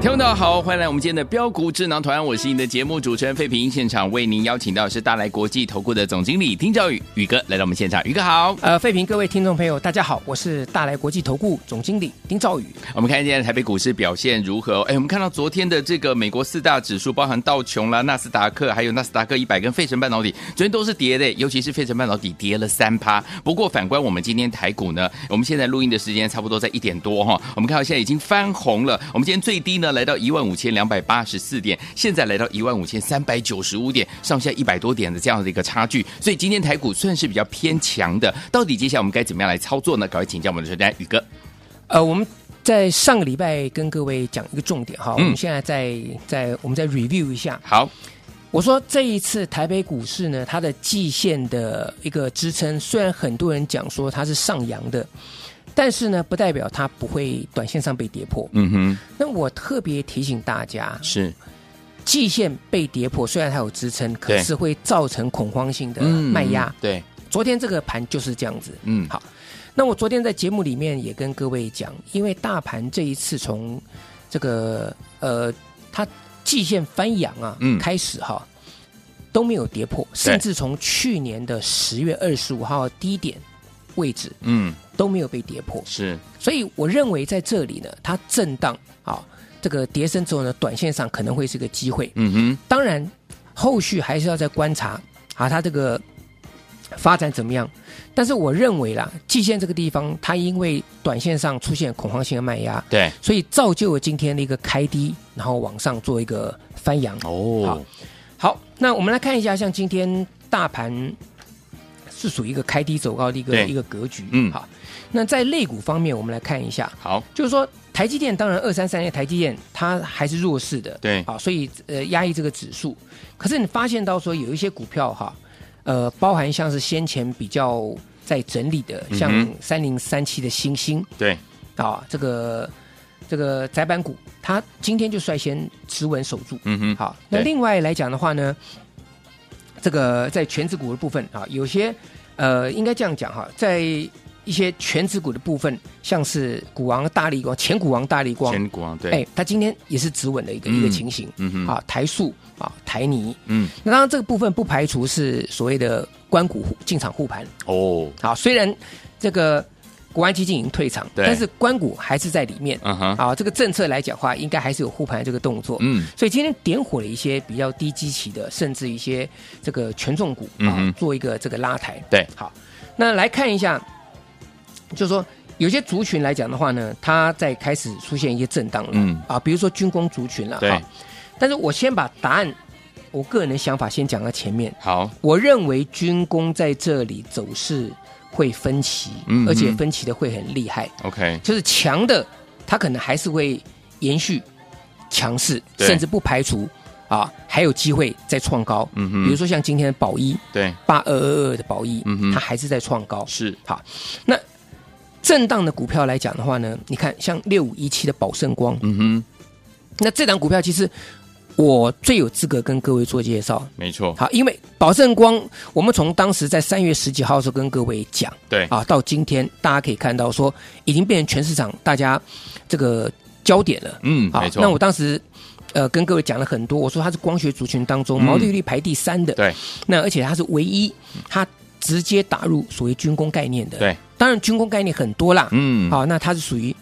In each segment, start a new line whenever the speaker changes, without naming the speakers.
听众大家好，欢迎来我们今天的标股智囊团，我是你的节目主持人费平，现场为您邀请到的是大来国际投顾的总经理丁兆宇宇哥来到我们现场，宇哥好。
呃，费评各位听众朋友，大家好，我是大来国际投顾总经理丁兆宇。
我们看今天台北股市表现如何？哎，我们看到昨天的这个美国四大指数，包含道琼啦、纳斯达克，还有纳斯达克一百跟费城半导体，昨天都是跌的，尤其是费城半导体跌了三趴。不过反观我们今天台股呢，我们现在录音的时间差不多在一点多哈，我们看到现在已经翻红了。我们今天最低呢来到一万五千两百八十四点，现在来到一万五千三百九十五点，上下一百多点的这样的一个差距。所以今天台股算是比较偏强的。到底接下来我们该怎么样来操作呢？赶快请教我们的专家宇哥。
呃，我们在上个礼拜跟各位讲一个重点哈，我
嗯
们现在在在我们再 review 一下。
好，
我说这一次台北股市呢，它的季线的一个支撑，虽然很多人讲说它是上扬的，但是呢，不代表它不会短线上被跌破。
嗯哼，
那我特别提醒大家，
是，
季线被跌破，虽然它有支撑，可
对
是会造成恐慌性的
嗯
卖压。
对，
昨天这个盘就是这样子。
嗯，
好，那我昨天在节目里面也跟各位讲，因为大盘这一次从这个呃，它季线翻阳啊，
嗯
开始哈都没有跌破，甚至从去年的十月二十五号低点位置
嗯，
都没有被跌破，
是，
所以我认为在这里呢，它震荡啊，这个跌升之后呢，短线上可能会是个机会。
嗯哼，
当然，后续还是要再观察啊，它这个发展怎么样。但是我认为啦，季线这个地方，它因为短线上出现恐慌性的卖压，
对，
所以造就了今天的一个开低，然后往上做一个翻扬。
哦，
好，那我们来看一下，像今天大盘是属于一个开低走高的一个
对
一个格局。
嗯
好，那在类股方面，我们来看一下，
好，
就是说台积电，当然二三三的台积电它还是弱势的，
对
啊，所以呃压抑这个指数。可是你发现到说有一些股票哈，呃，包含像是先前比较在整理的，像
嗯哼
三零三七的星星
对，
啊，这个这个窄板股，它今天就率先持稳守住。
嗯哼，
好，那
对
另外来讲的话呢，这个在全指股的部分啊，有些呃，应该这样讲哈，在一些全指股的部分，像是股王大力光、前股王大力光，
全国王对，
哎，它今天也是止稳的一个、
嗯
一个情形。
嗯哼，
啊，台塑啊，台泥，
嗯，
那当然这个部分不排除是所谓的关股护进场护盘。
哦，
啊，虽然这个国安基金已经退场，
对
但是关股还是在里面。
嗯哼，
啊，这个政策来讲话，应该还是有护盘这个动作。
嗯，
所以今天点火了一些比较低基期的，甚至一些这个权重股
嗯
啊，
哼
做一个这个拉抬。
对
好，那来看一下，就是说有些族群来讲的话呢，它在开始出现一些震荡了。
嗯
啊，比如说军工族群了。
对
啊但是我先把答案，我个人的想法先讲到前面。
好，
我认为军工在这里走势会分歧，
嗯哼
而且分歧的会很厉害。
OK，
就是强的，它可能还是会延续强势，
对
甚至不排除啊，还有机会再创高。
嗯哼
比如说像今天的宝一
对，
八二二二的宝一，
嗯哼
它还是在创高。
是，
好，那震荡的股票来讲的话呢，你看像六五一七的宝盛光，
嗯哼，
那这档股票其实我最有资格跟各位做介绍。
没错，
好，因为宝盛光，我们从当时在三月十几号的时候跟各位讲，
对，
啊，到今天大家可以看到说，已经变成全市场大家这个焦点了。
嗯，
啊
没，错，
那我当时呃跟各位讲了很多，我说它是光学族群当中
嗯
毛利率排第三的，
对，
那而且它是唯一它直接打入所谓军工概念的。
对，
当然军工概念很多啦，
嗯，
好，那它是属于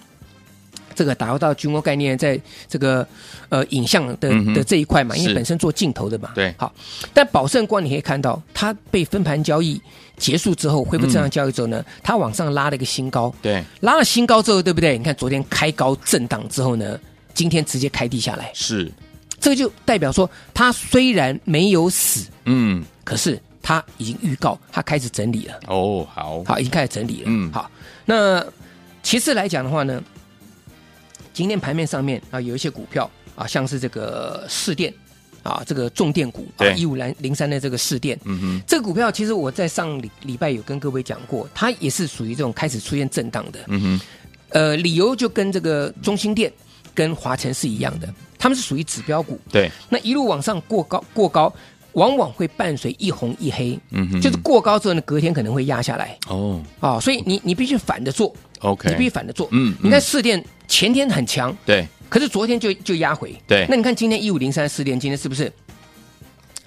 这个打入到军工概念，在这个呃影像的
嗯哼
的这一块嘛，因
是
为本身做镜头的嘛。
对
好，但宝盛光你可以看到，它被分盘交易结束之后，恢复正常交易之后呢，它往上拉了一个新高，
对，
拉了新高之后，对不对？你看昨天开高震荡之后呢，今天直接开低下来。
是，
这就代表说，它虽然没有死，
嗯，
可是它已经预告它开始整理了，
哦，好，
好，已经开始整理了。
嗯
好，那其次来讲的话呢，今天盘面上面啊有一些股票啊，像是这个市电啊，这个重电股啊
对，
一五零零三的这个市电，
嗯哼，
这个股票其实我在上礼礼拜有跟各位讲过，它也是属于这种开始出现震荡的。
嗯哼，
呃，理由就跟这个中心店跟华晨是一样的，他们是属于指标股，
对，
那一路往上过高过高，往往会伴随一红一黑，
嗯哼，
就是过高之后呢，隔天可能会压下来
哦
啊、所以你你必须反着做，
，OK，
你必须反着做。
嗯嗯
你看四电前天很强，
对
可是昨天就就压回，
对
那你看今天一五零三四电，今天是不是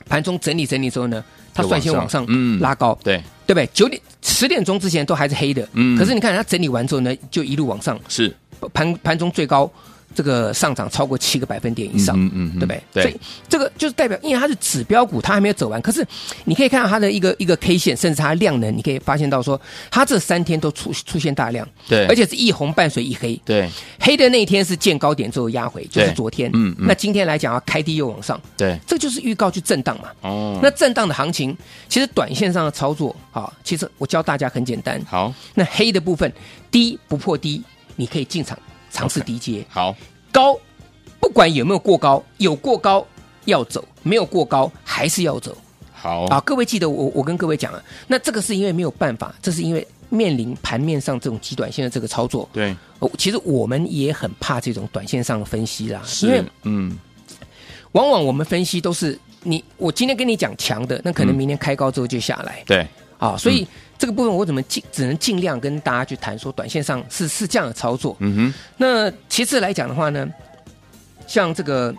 盘中整理整理之后呢，它率先
就
往
往上
上
嗯
拉高，
对，
对不对？九点十点钟之前都还是黑的，
嗯
可是你看它整理完之后呢，就一路往上，
是
盘盘中最高这个上涨超过七个百分点以上，
嗯嗯嗯
对不对？
对
所以这个就是代表，因为它是指标股，它还没有走完。可是你可以看到它的一个一个 K 线，甚至它的量能，你可以发现到说，它这三天都出出现大量，
对
而且是一红伴随一黑，
对
黑的那一天是见高点之后压回，就是
对
昨天。
嗯嗯
那今天来讲啊，开低又往上，
对，
这就是预告去震荡嘛。
哦，
那震荡的行情，其实短线上的操作啊，其实我教大家很简单。
好
那黑的部分，低不破低，你可以进场尝试低接。
好，
高，不管有没有过高，有过高要走，没有过高还是要走、
好
啊！各位记得我我跟各位讲啊，那这个是因为没有办法，这是因为面临盘面上这种极短线的这个操作。
对，
哦，其实我们也很怕这种短线上的分析啦，因为
是，嗯，
往往我们分析都是你我今天跟你讲强的，那可能
嗯
明天开高之后就下来。
对，
啊，所
嗯
以这个部分我怎么尽只能尽量跟大家去谈说，短线上是是这样的操作。
嗯哼，
那其次来讲的话呢，像这个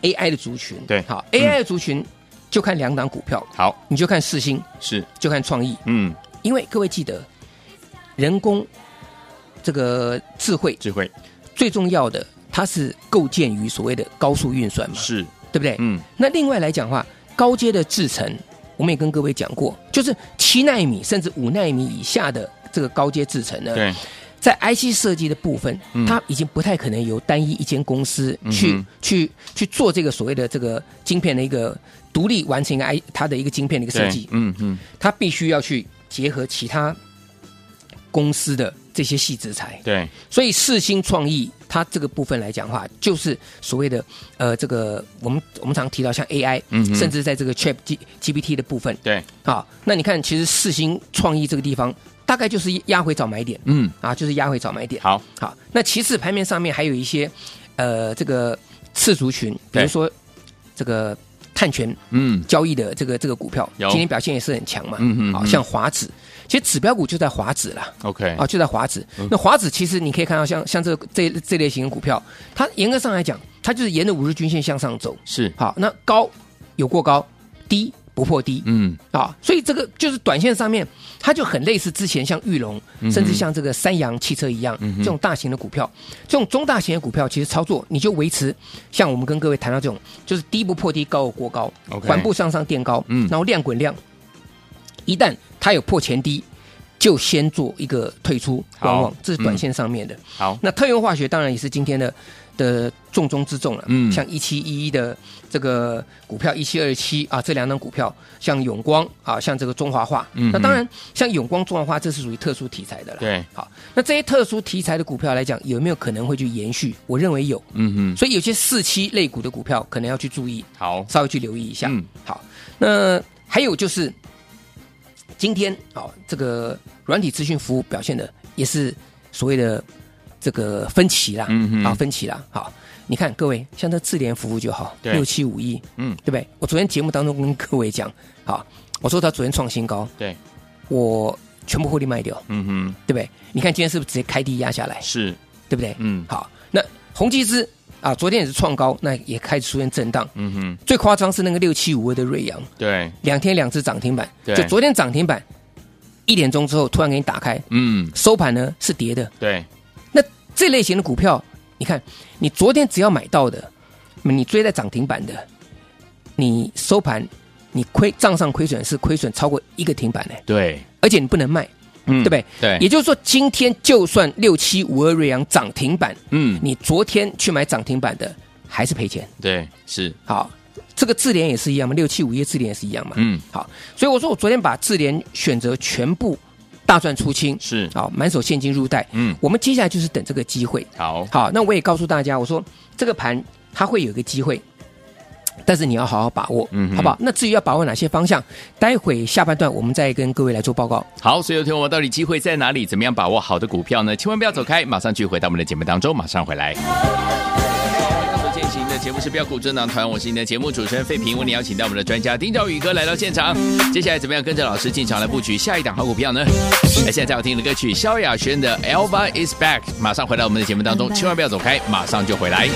AI 的族群，
对
好
嗯
，AI 的族群就看两档股票，
好，
你就看世星，
是，
就看创意，
嗯，
因为各位记得，人工这个智慧
智慧
最重要的，它是构建于所谓的高速运算嘛，
是，
对不对？
嗯，
那另外来讲的话，高阶的制程，我们也跟各位讲过，就是七纳米甚至五纳米以下的这个高阶制程呢，
对，
在 IC 设计的部分，
嗯
它已经不太可能由单一一间公司去、
嗯哼
去去做这个所谓的这个晶片的一个独立完成一个 I 它的一个晶片的一个设
对
计，，
嗯嗯，
它必须要去结合其他公司的这些细制材。
对，
所以世新创意它这个部分来讲的话，就是所谓的呃这个我们我们常提到像 AI，
嗯哼
甚至在这个 Chat G GPT 的部分
对，
啊，那你看其实世新创意这个地方大概就是压回早买点
嗯，
啊，就是压回早买点。
好，
好，那其次盘面上面还有一些呃这个次族群，比
对
如说这个碳权
嗯，
交易的这个这个股票，
有
今天表现也是很强嘛，
嗯哼
好
嗯
像华指，其实指标股就在华指啦。
，OK，
啊，就在华指。那华指其实你可以看到像，像这这这类型的股票，它严格上来讲，它就是沿着五日均线向上走。
是，
好，那高有过高，低不破低、
嗯，
啊，所以这个就是短线上面，它就很类似之前像玉龙，
嗯
甚至像这个三洋汽车一样、这种大型的股票，这种中大型的股票，其实操作你就维持像我们跟各位谈到这种，就是低不破低，高有过高
OK
缓步向上垫高，
嗯
然后量滚量，一旦它有破前低。就先做一个退出，
好
往往这是短
嗯
线上面的。
好，
那特用化学当然也是今天的的重中之重了。
嗯
像一七一一的这个股票，一七二七啊，这两档股票，像永光啊，像这个中华化。
嗯哼
那当然，像永光、中华化，这是属于特殊题材的了。
对，
好，那这些特殊题材的股票来讲，有没有可能会去延续？我认为有。
嗯
所以有些四期类股的股票，可能要去注意，
哼，好，
稍微去留意一下。
嗯
好，那还有就是今天啊、这个软体资讯服务表现的也是所谓的这个分歧啦，
嗯哼
啊，分歧啦，好。你看，各位，像这智联服务就好，
对
六七五亿，
嗯
对不对？我昨天节目当中跟各位讲，好，我说它昨天创新高，
对，
我全部获利卖掉，
嗯
对不对？你看今天是不是直接开低压下来
哼，，是，
对不对？
嗯，
好，那宏基资啊，昨天也是创高，那也开始出现震荡，
嗯哼，
最夸张是那个六七五二的瑞阳，
对，
两天两只涨停板，
对
就昨天涨停板一点钟之后突然给你打开，
嗯，
收盘呢是跌的。
对，
那这类型的股票，你看你昨天只要买到的，你追在涨停板的，你收盘你亏账上亏损是亏损超过一个停板呢，
对，
而且你不能卖，
嗯
对不对？
对，
也就是说，今天就算六七五二瑞阳涨停板，
嗯，
你昨天去买涨停板的，还是赔钱。
对，是，
好，这个智联也是一样嘛，六七五一智联也是一样嘛。
嗯，
好，所以我说我昨天把智联选择全部大赚出清，
是，
好，满手现金入袋。
嗯，
我们接下来就是等这个机会。
好，
好，那我也告诉大家，我说这个盘它会有一个机会，但是你要好好把握，
嗯哼
好不好？那至于要把握哪些方向，待会下半段我们再跟各位来做报告。
好，所以有听我到底机会在哪里？怎么样把握好的股票呢？千万不要走开，马上去回到我们的节目当中，马上回来。所进行的节目是标股智囊团，我是你的节目主持人费平，为你邀请到我们的专家丁兆宇哥来到现场。接下来怎么样跟着老师进场来布局下一档好股票 呢？来，哎现在要听的歌曲萧亚轩的《Elva Is Back》，马上回到我们的节目当中，千万不要走开，马上就回来。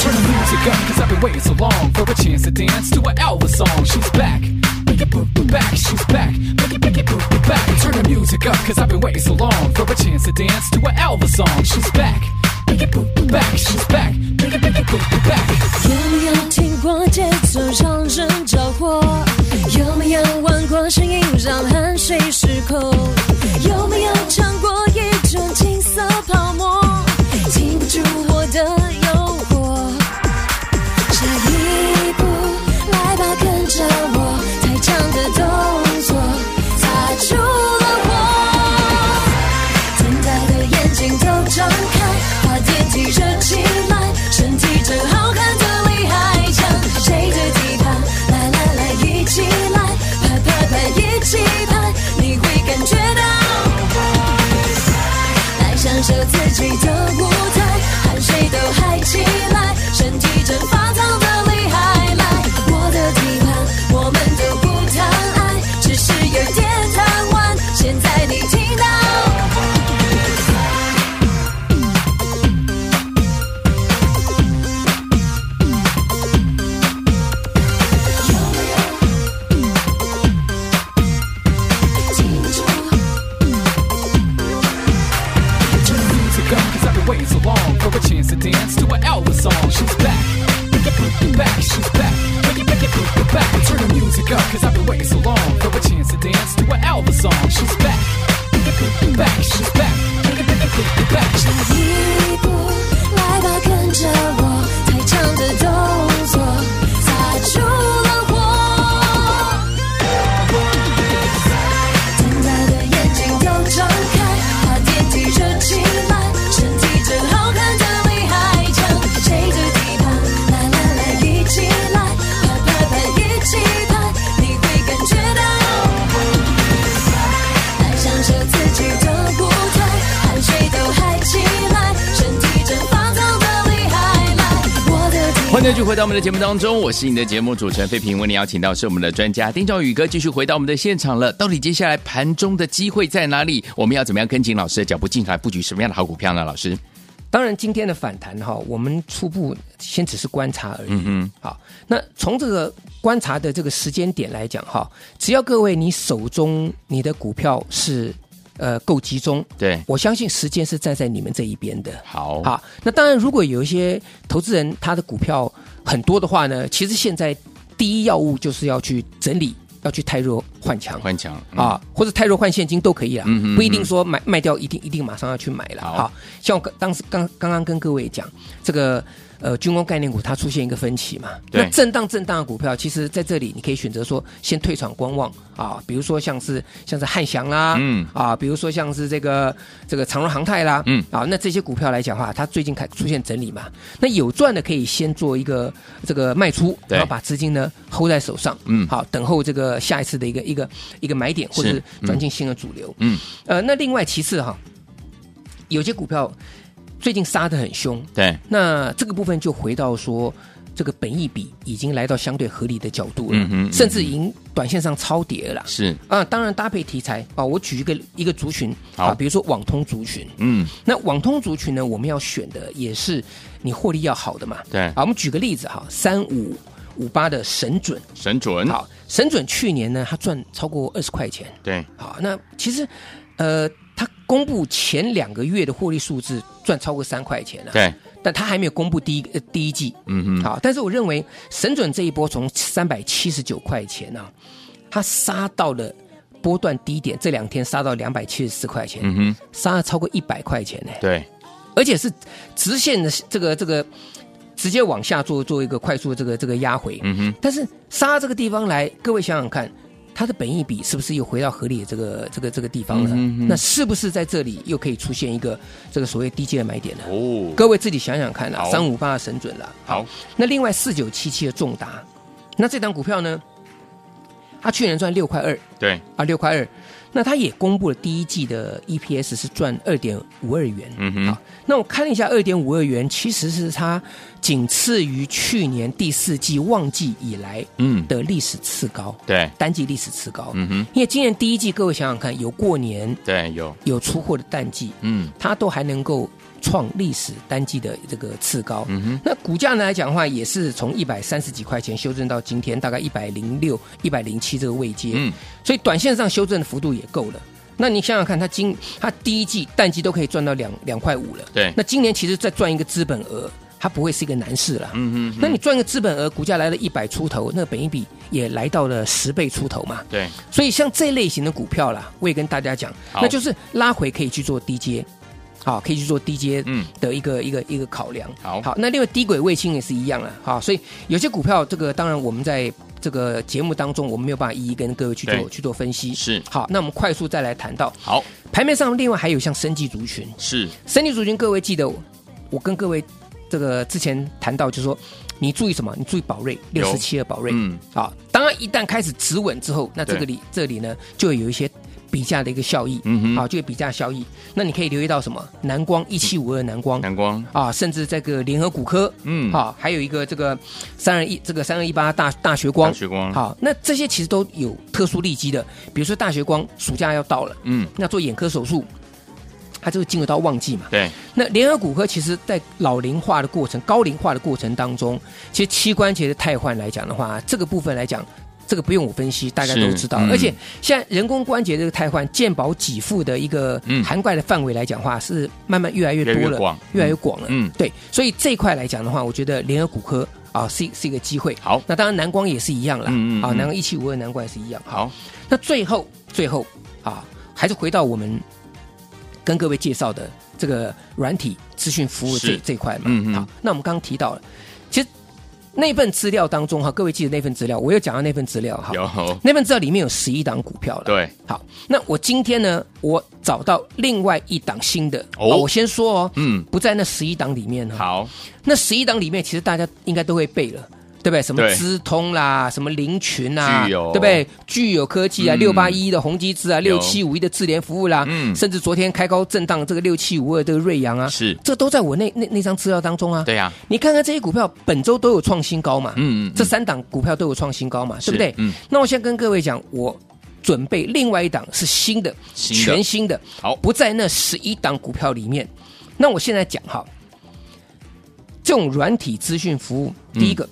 Turn the music up, cause I've been waiting so long for a chance to dance to an Elva song. She's back. Make it boop, boop, back, she's back. Make it, make it boop, boop, back. Turn the music up, cause I've been waiting so long for a chance to dance to an Elva song. She's back. Make it boop, boop, back, she's back. Make it, make it boop, boop, back.
有没有听过节奏让人着火？有没有玩过声音让汗水失控？有没有尝过一种金色泡沫？禁不住我的诱惑。下一步，来吧，跟着我，太强的动作擦出了火。天大的眼睛都张开，把电梯热起来，身体真好看的厉害，抢谁的地盘？来来来，一起来，拍拍拍，一起拍，你会感觉到。来享受自己的舞台，汗水都嗨起来，身体正发烫的厉害。来，我的地盘，我们都不谈爱，只是有点贪玩。现在你听到。
Turn the
记住。
music up, cause I've been waiting so long for a chance to dance to an Elva song. She's back. Make it boop, boop, back, she's back. Make it, make it boop, boop, back. Turn the music up, cause I've been waiting so long for a chance to dance to an Elva song. She's back. Make it boop, boop, back, she's back. Make it, make it boop, boop, back. She's
一步，来吧，跟着我，太强的动作擦出了火。睁大的眼睛都张开，把电梯热起来，身体真好看的厉害，抢谁的地盘？来来来，一起来，拍拍拍，一起拍，你会感觉到。来享受自己的舞台，汗水都嗨起来，身体正发烫的厉害，来，我的地
欢迎继续回到我们的节目当中，我是你的节目主持人费平，为你邀请到是我们的专家丁兆宇哥，继续回到我们的现场了。到底接下来盘中的机会在哪里？我们要怎么样跟紧老师的脚步进场来布局什么样的好股票呢？老师，
当然，今天的反弹哈，我们初步先只是观察而已。
嗯
好，那从这个观察的这个时间点来讲哈，只要各位你手中你的股票是呃够集中，
哼，对，
我相信时间是站在你们这一边的。
好，，
好，那当然，如果有一些投资人他的股票很多的话呢，其实现在第一要务就是要去整理，要去汰弱换强。
换强，
啊，或者汰弱换现金都可以啦，啊
嗯哼
不一定说买卖掉一定一定马上要去买了。
好
好像我刚当时刚刚刚跟各位讲，这个呃军工概念股它出现一个分歧嘛，
对
那震荡震荡的股票，其实在这里你可以选择说先退场观望啊，比如说像是像是汉翔啦，
嗯
啊，比如说像是这个这个长荣航太啦，
嗯
啊，那这些股票来讲的话，它最近开出现整理嘛，那有赚的可以先做一个这个卖出，
对
然后把资金呢 hold 在手上，
嗯
好，等候这个下一次的一个一个一个买点，或者
是
是
嗯
转进新的主流。
嗯，
呃，那另外其次哈，有些股票最近杀得很凶，
对，
那这个部分就回到说，这个本益比已经来到相对合理的角度了，
嗯哼嗯哼
甚至已经短线上超跌了啦。
是，
啊，当然搭配题材啊，我举一个一个族群
好
啊，比如说网通族群，
嗯，
那网通族群呢，我们要选的也是你获利要好的嘛。
对
啊，我们举个例子哈，三五五八的神准，
神准，，
好，神准去年呢，它赚超过二十块钱，
对，
好，那其实呃，它公布前两个月的获利数字赚超过三块钱了、
对，
但它还没有公布第一、呃、第一季，
嗯哼，
好，但是我认为神准这一波从三百七十九块钱啊，它杀到了波段低点，这两天杀到两百七十四块钱，
嗯哼，
杀了超过一百块钱呢、
对，
而且是直线的这个这个直接往下做做一个快速的这个这个压回，
嗯哼，
但是杀到这个地方来，各位想想看。它的本益比是不是又回到合理的这个这个这个地方了？
嗯哼嗯哼
那是不是在这里又可以出现一个这个所谓低阶的买点呢？
哦，
各位自己想想看啦
好，
三五八的神准啦。
好，
那另外四九七七的重达，那这档股票呢，它去年赚六块二
对，
啊，六块二，那它也公布了第一季的 EPS 是赚二点五二元。
嗯哼，
啊那我看了一下，二点五二元其实是它仅次于去年第四季旺季以来
嗯，
的历史次高，
对，
单季历史次高。
嗯哼，
因为今年第一季，各位想想看，有过年，
对，有，
有出货的淡季，
嗯，
它都还能够创历史单季的这个次高。
嗯哼，
那股价呢来讲的话，也是从一百三十几块钱修正到今天大概一百零六、一百零七这个位阶，
嗯，
所以短线上修正的幅度也够了。那你想想看，它今它第一季淡季都可以赚到两两块五了，
对
那今年其实再赚一个资本额，它不会是一个难事了。
嗯哼，
那你赚个资本额，股价来了一百出头，那本一比也来到了十倍出头嘛。
对，
所以像这类型的股票啦，我也跟大家讲，
好
那就是拉回可以去做低阶，好，可以去做低阶
嗯
的一个、一个一个考量。
好
好，那另外低轨卫星也是一样了，好，所以有些股票这个当然我们在这个节目当中我们没有办法一一跟各位去
对
做去做分析。
是
好，那我们快速再来谈到
好，
盘面上，另外还有像生技族群，
是，
生技族群各位记得我我跟各位这个之前谈到，就是说你注意什么？你注意宝瑞六
有
十七的宝瑞，
嗯，
好，当然一旦开始止稳之后，那这个里这里呢就会有一些比价的一个效益，
嗯哼
好，就有比价效益。那你可以留意到什么？南光一七五二南光
南光，
啊，甚至这个联合骨科，
嗯，，
好，还有一个这个三二一这个三二一八大大学光
大，学嗯光，，
好，那这些其实都有特殊利基的，比如说大学光暑假要到了，
嗯，
那做眼科手术。它就会进入到旺季嘛？
对，
那联合骨科其实，在老龄化的过程、高龄化的过程当中，其实膝关节的汰换来讲的话，这个部分来讲，这个不用我分析，大家都
是
知道。
嗯
而且现在人工关节这个汰换，健保给付的一个
嗯
涵盖的范围来讲的话，是慢慢越来越多
越来
了，
越广
越来越广了。
嗯，
对，所以这一块来讲的话，我觉得联合骨科啊是是一个机会。
好
那当然南光也是一样啦，
嗯嗯嗯
啊，南光一七五二南光也是一样。好，
好，
那最后最后啊，还是回到我们跟各位介绍的这个软体资讯服务这
是
这一块嘛。
嗯嗯
好，那我们刚刚提到了，其实那份资料当中哈，各位记得那份资料，我有讲到那份资料哈。
有，
那份资料里面有十一档股票了。
对，
好，那我今天呢，我找到另外一档新的
哦
啊我先说哦，
嗯，
不在那十一档里面哈。
好，
那十一档里面，其实大家应该都会背了。对不对？什么
对
资通啦，什么林群啊，
具有
对不对？具有科技啊，
嗯
六八一的宏基资啊，
有
六七五一的智联服务啦，
嗯
甚至昨天开高震荡这个六七五二这个瑞阳啊，
是，
这都在我那那那张资料当中啊。
对呀，
你看看这些股票本周都有创新高嘛，
嗯嗯嗯
这三档股票都有创新高嘛，对不对？
嗯
那我先跟各位讲，我准备另外一档是新的，
新的
全新的，
好
不在那十一档股票里面。那我现在讲哈，这种软体资讯服务，
嗯
第一个，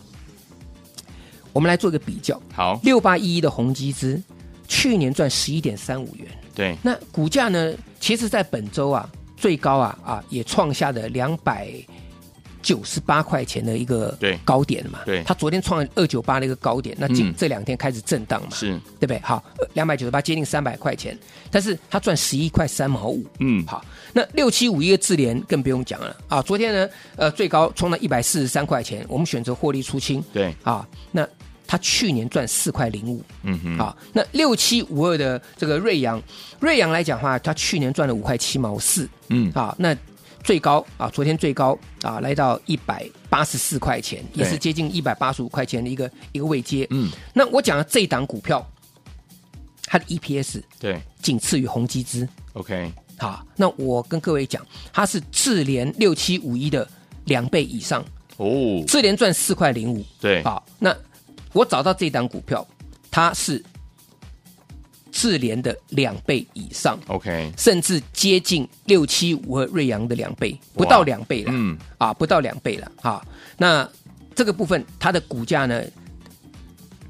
我们来做一个比较，
好，
六八一一的宏基资，去年赚十一点三五元，
对，
那股价呢，其实在本周啊最高啊啊也创下了两百。九十八块钱的一个
对
高点嘛，
对
它昨天创二九八的一个高点，那今、
嗯
这两天开始震荡嘛，
是，
对不对？好，两百九十八接近三百块钱，但是它赚十一块三毛五。
嗯，
好，那六七五一的智联更不用讲了啊！昨天呢，呃，最高冲到一百四十三块钱，我们选择获利出清
对，
啊。那它去年赚四块零五，
嗯哼，
啊，那六七五二的这个瑞阳，瑞阳来讲的话，它去年赚了五块七毛四
嗯，
啊，那最高啊，昨天最高啊，来到一百八十四块钱，也是
对
接近一百八十五块钱的一个一个位阶。
嗯，
那我讲的这一档股票，它的 EPS
对
仅次于宏基资。
，OK，
好，那我跟各位讲，它是智联六七五一的两倍以上，
哦，
智联赚四块零五。
对，
好，那我找到这档股票，它是智联的两倍以上，
，OK，
甚至接近六七五和瑞阳的两倍，不
哇
到两倍了。
嗯，
啊，不到两倍了啊。那这个部分它的股价呢，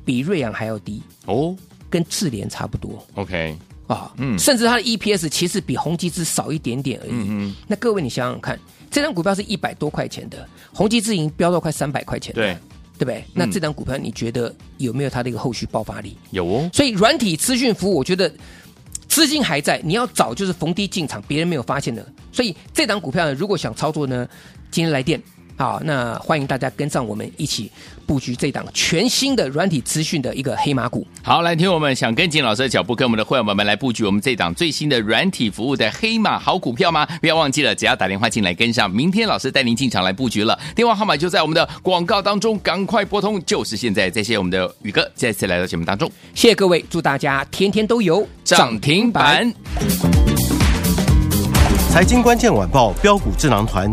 比瑞阳还要低，
哦
跟智联差不多。
，OK，
啊，
嗯
甚至它的 EPS 其实比宏基资少一点点而已。
嗯
那各位你想想看，这张股票是一百多块钱的，宏基资已经飙到快三百块钱，
对，
对不对？那这张股票你觉得有没有它的一个后续爆发力？
有哦，
所以软体资讯服务，我觉得资金还在，你要找就是逢低进场，别人没有发现的。所以这档股票呢，如果想操作呢，今天来电。好，那欢迎大家跟上我们一起布局这档全新的软体资讯的一个黑马股。
好，来听我们想跟紧老师的脚步，跟我们的会员们来布局我们这档最新的软体服务的黑马好股票吗？不要忘记了，只要打电话进来跟上，明天老师带您进场来布局了。电话号码就在我们的广告当中，赶快拨通，就是现在。再谢谢我们的宇哥再次来到节目当中，
谢谢各位，祝大家天天都有
涨停板。
财经关键晚报标股智囊团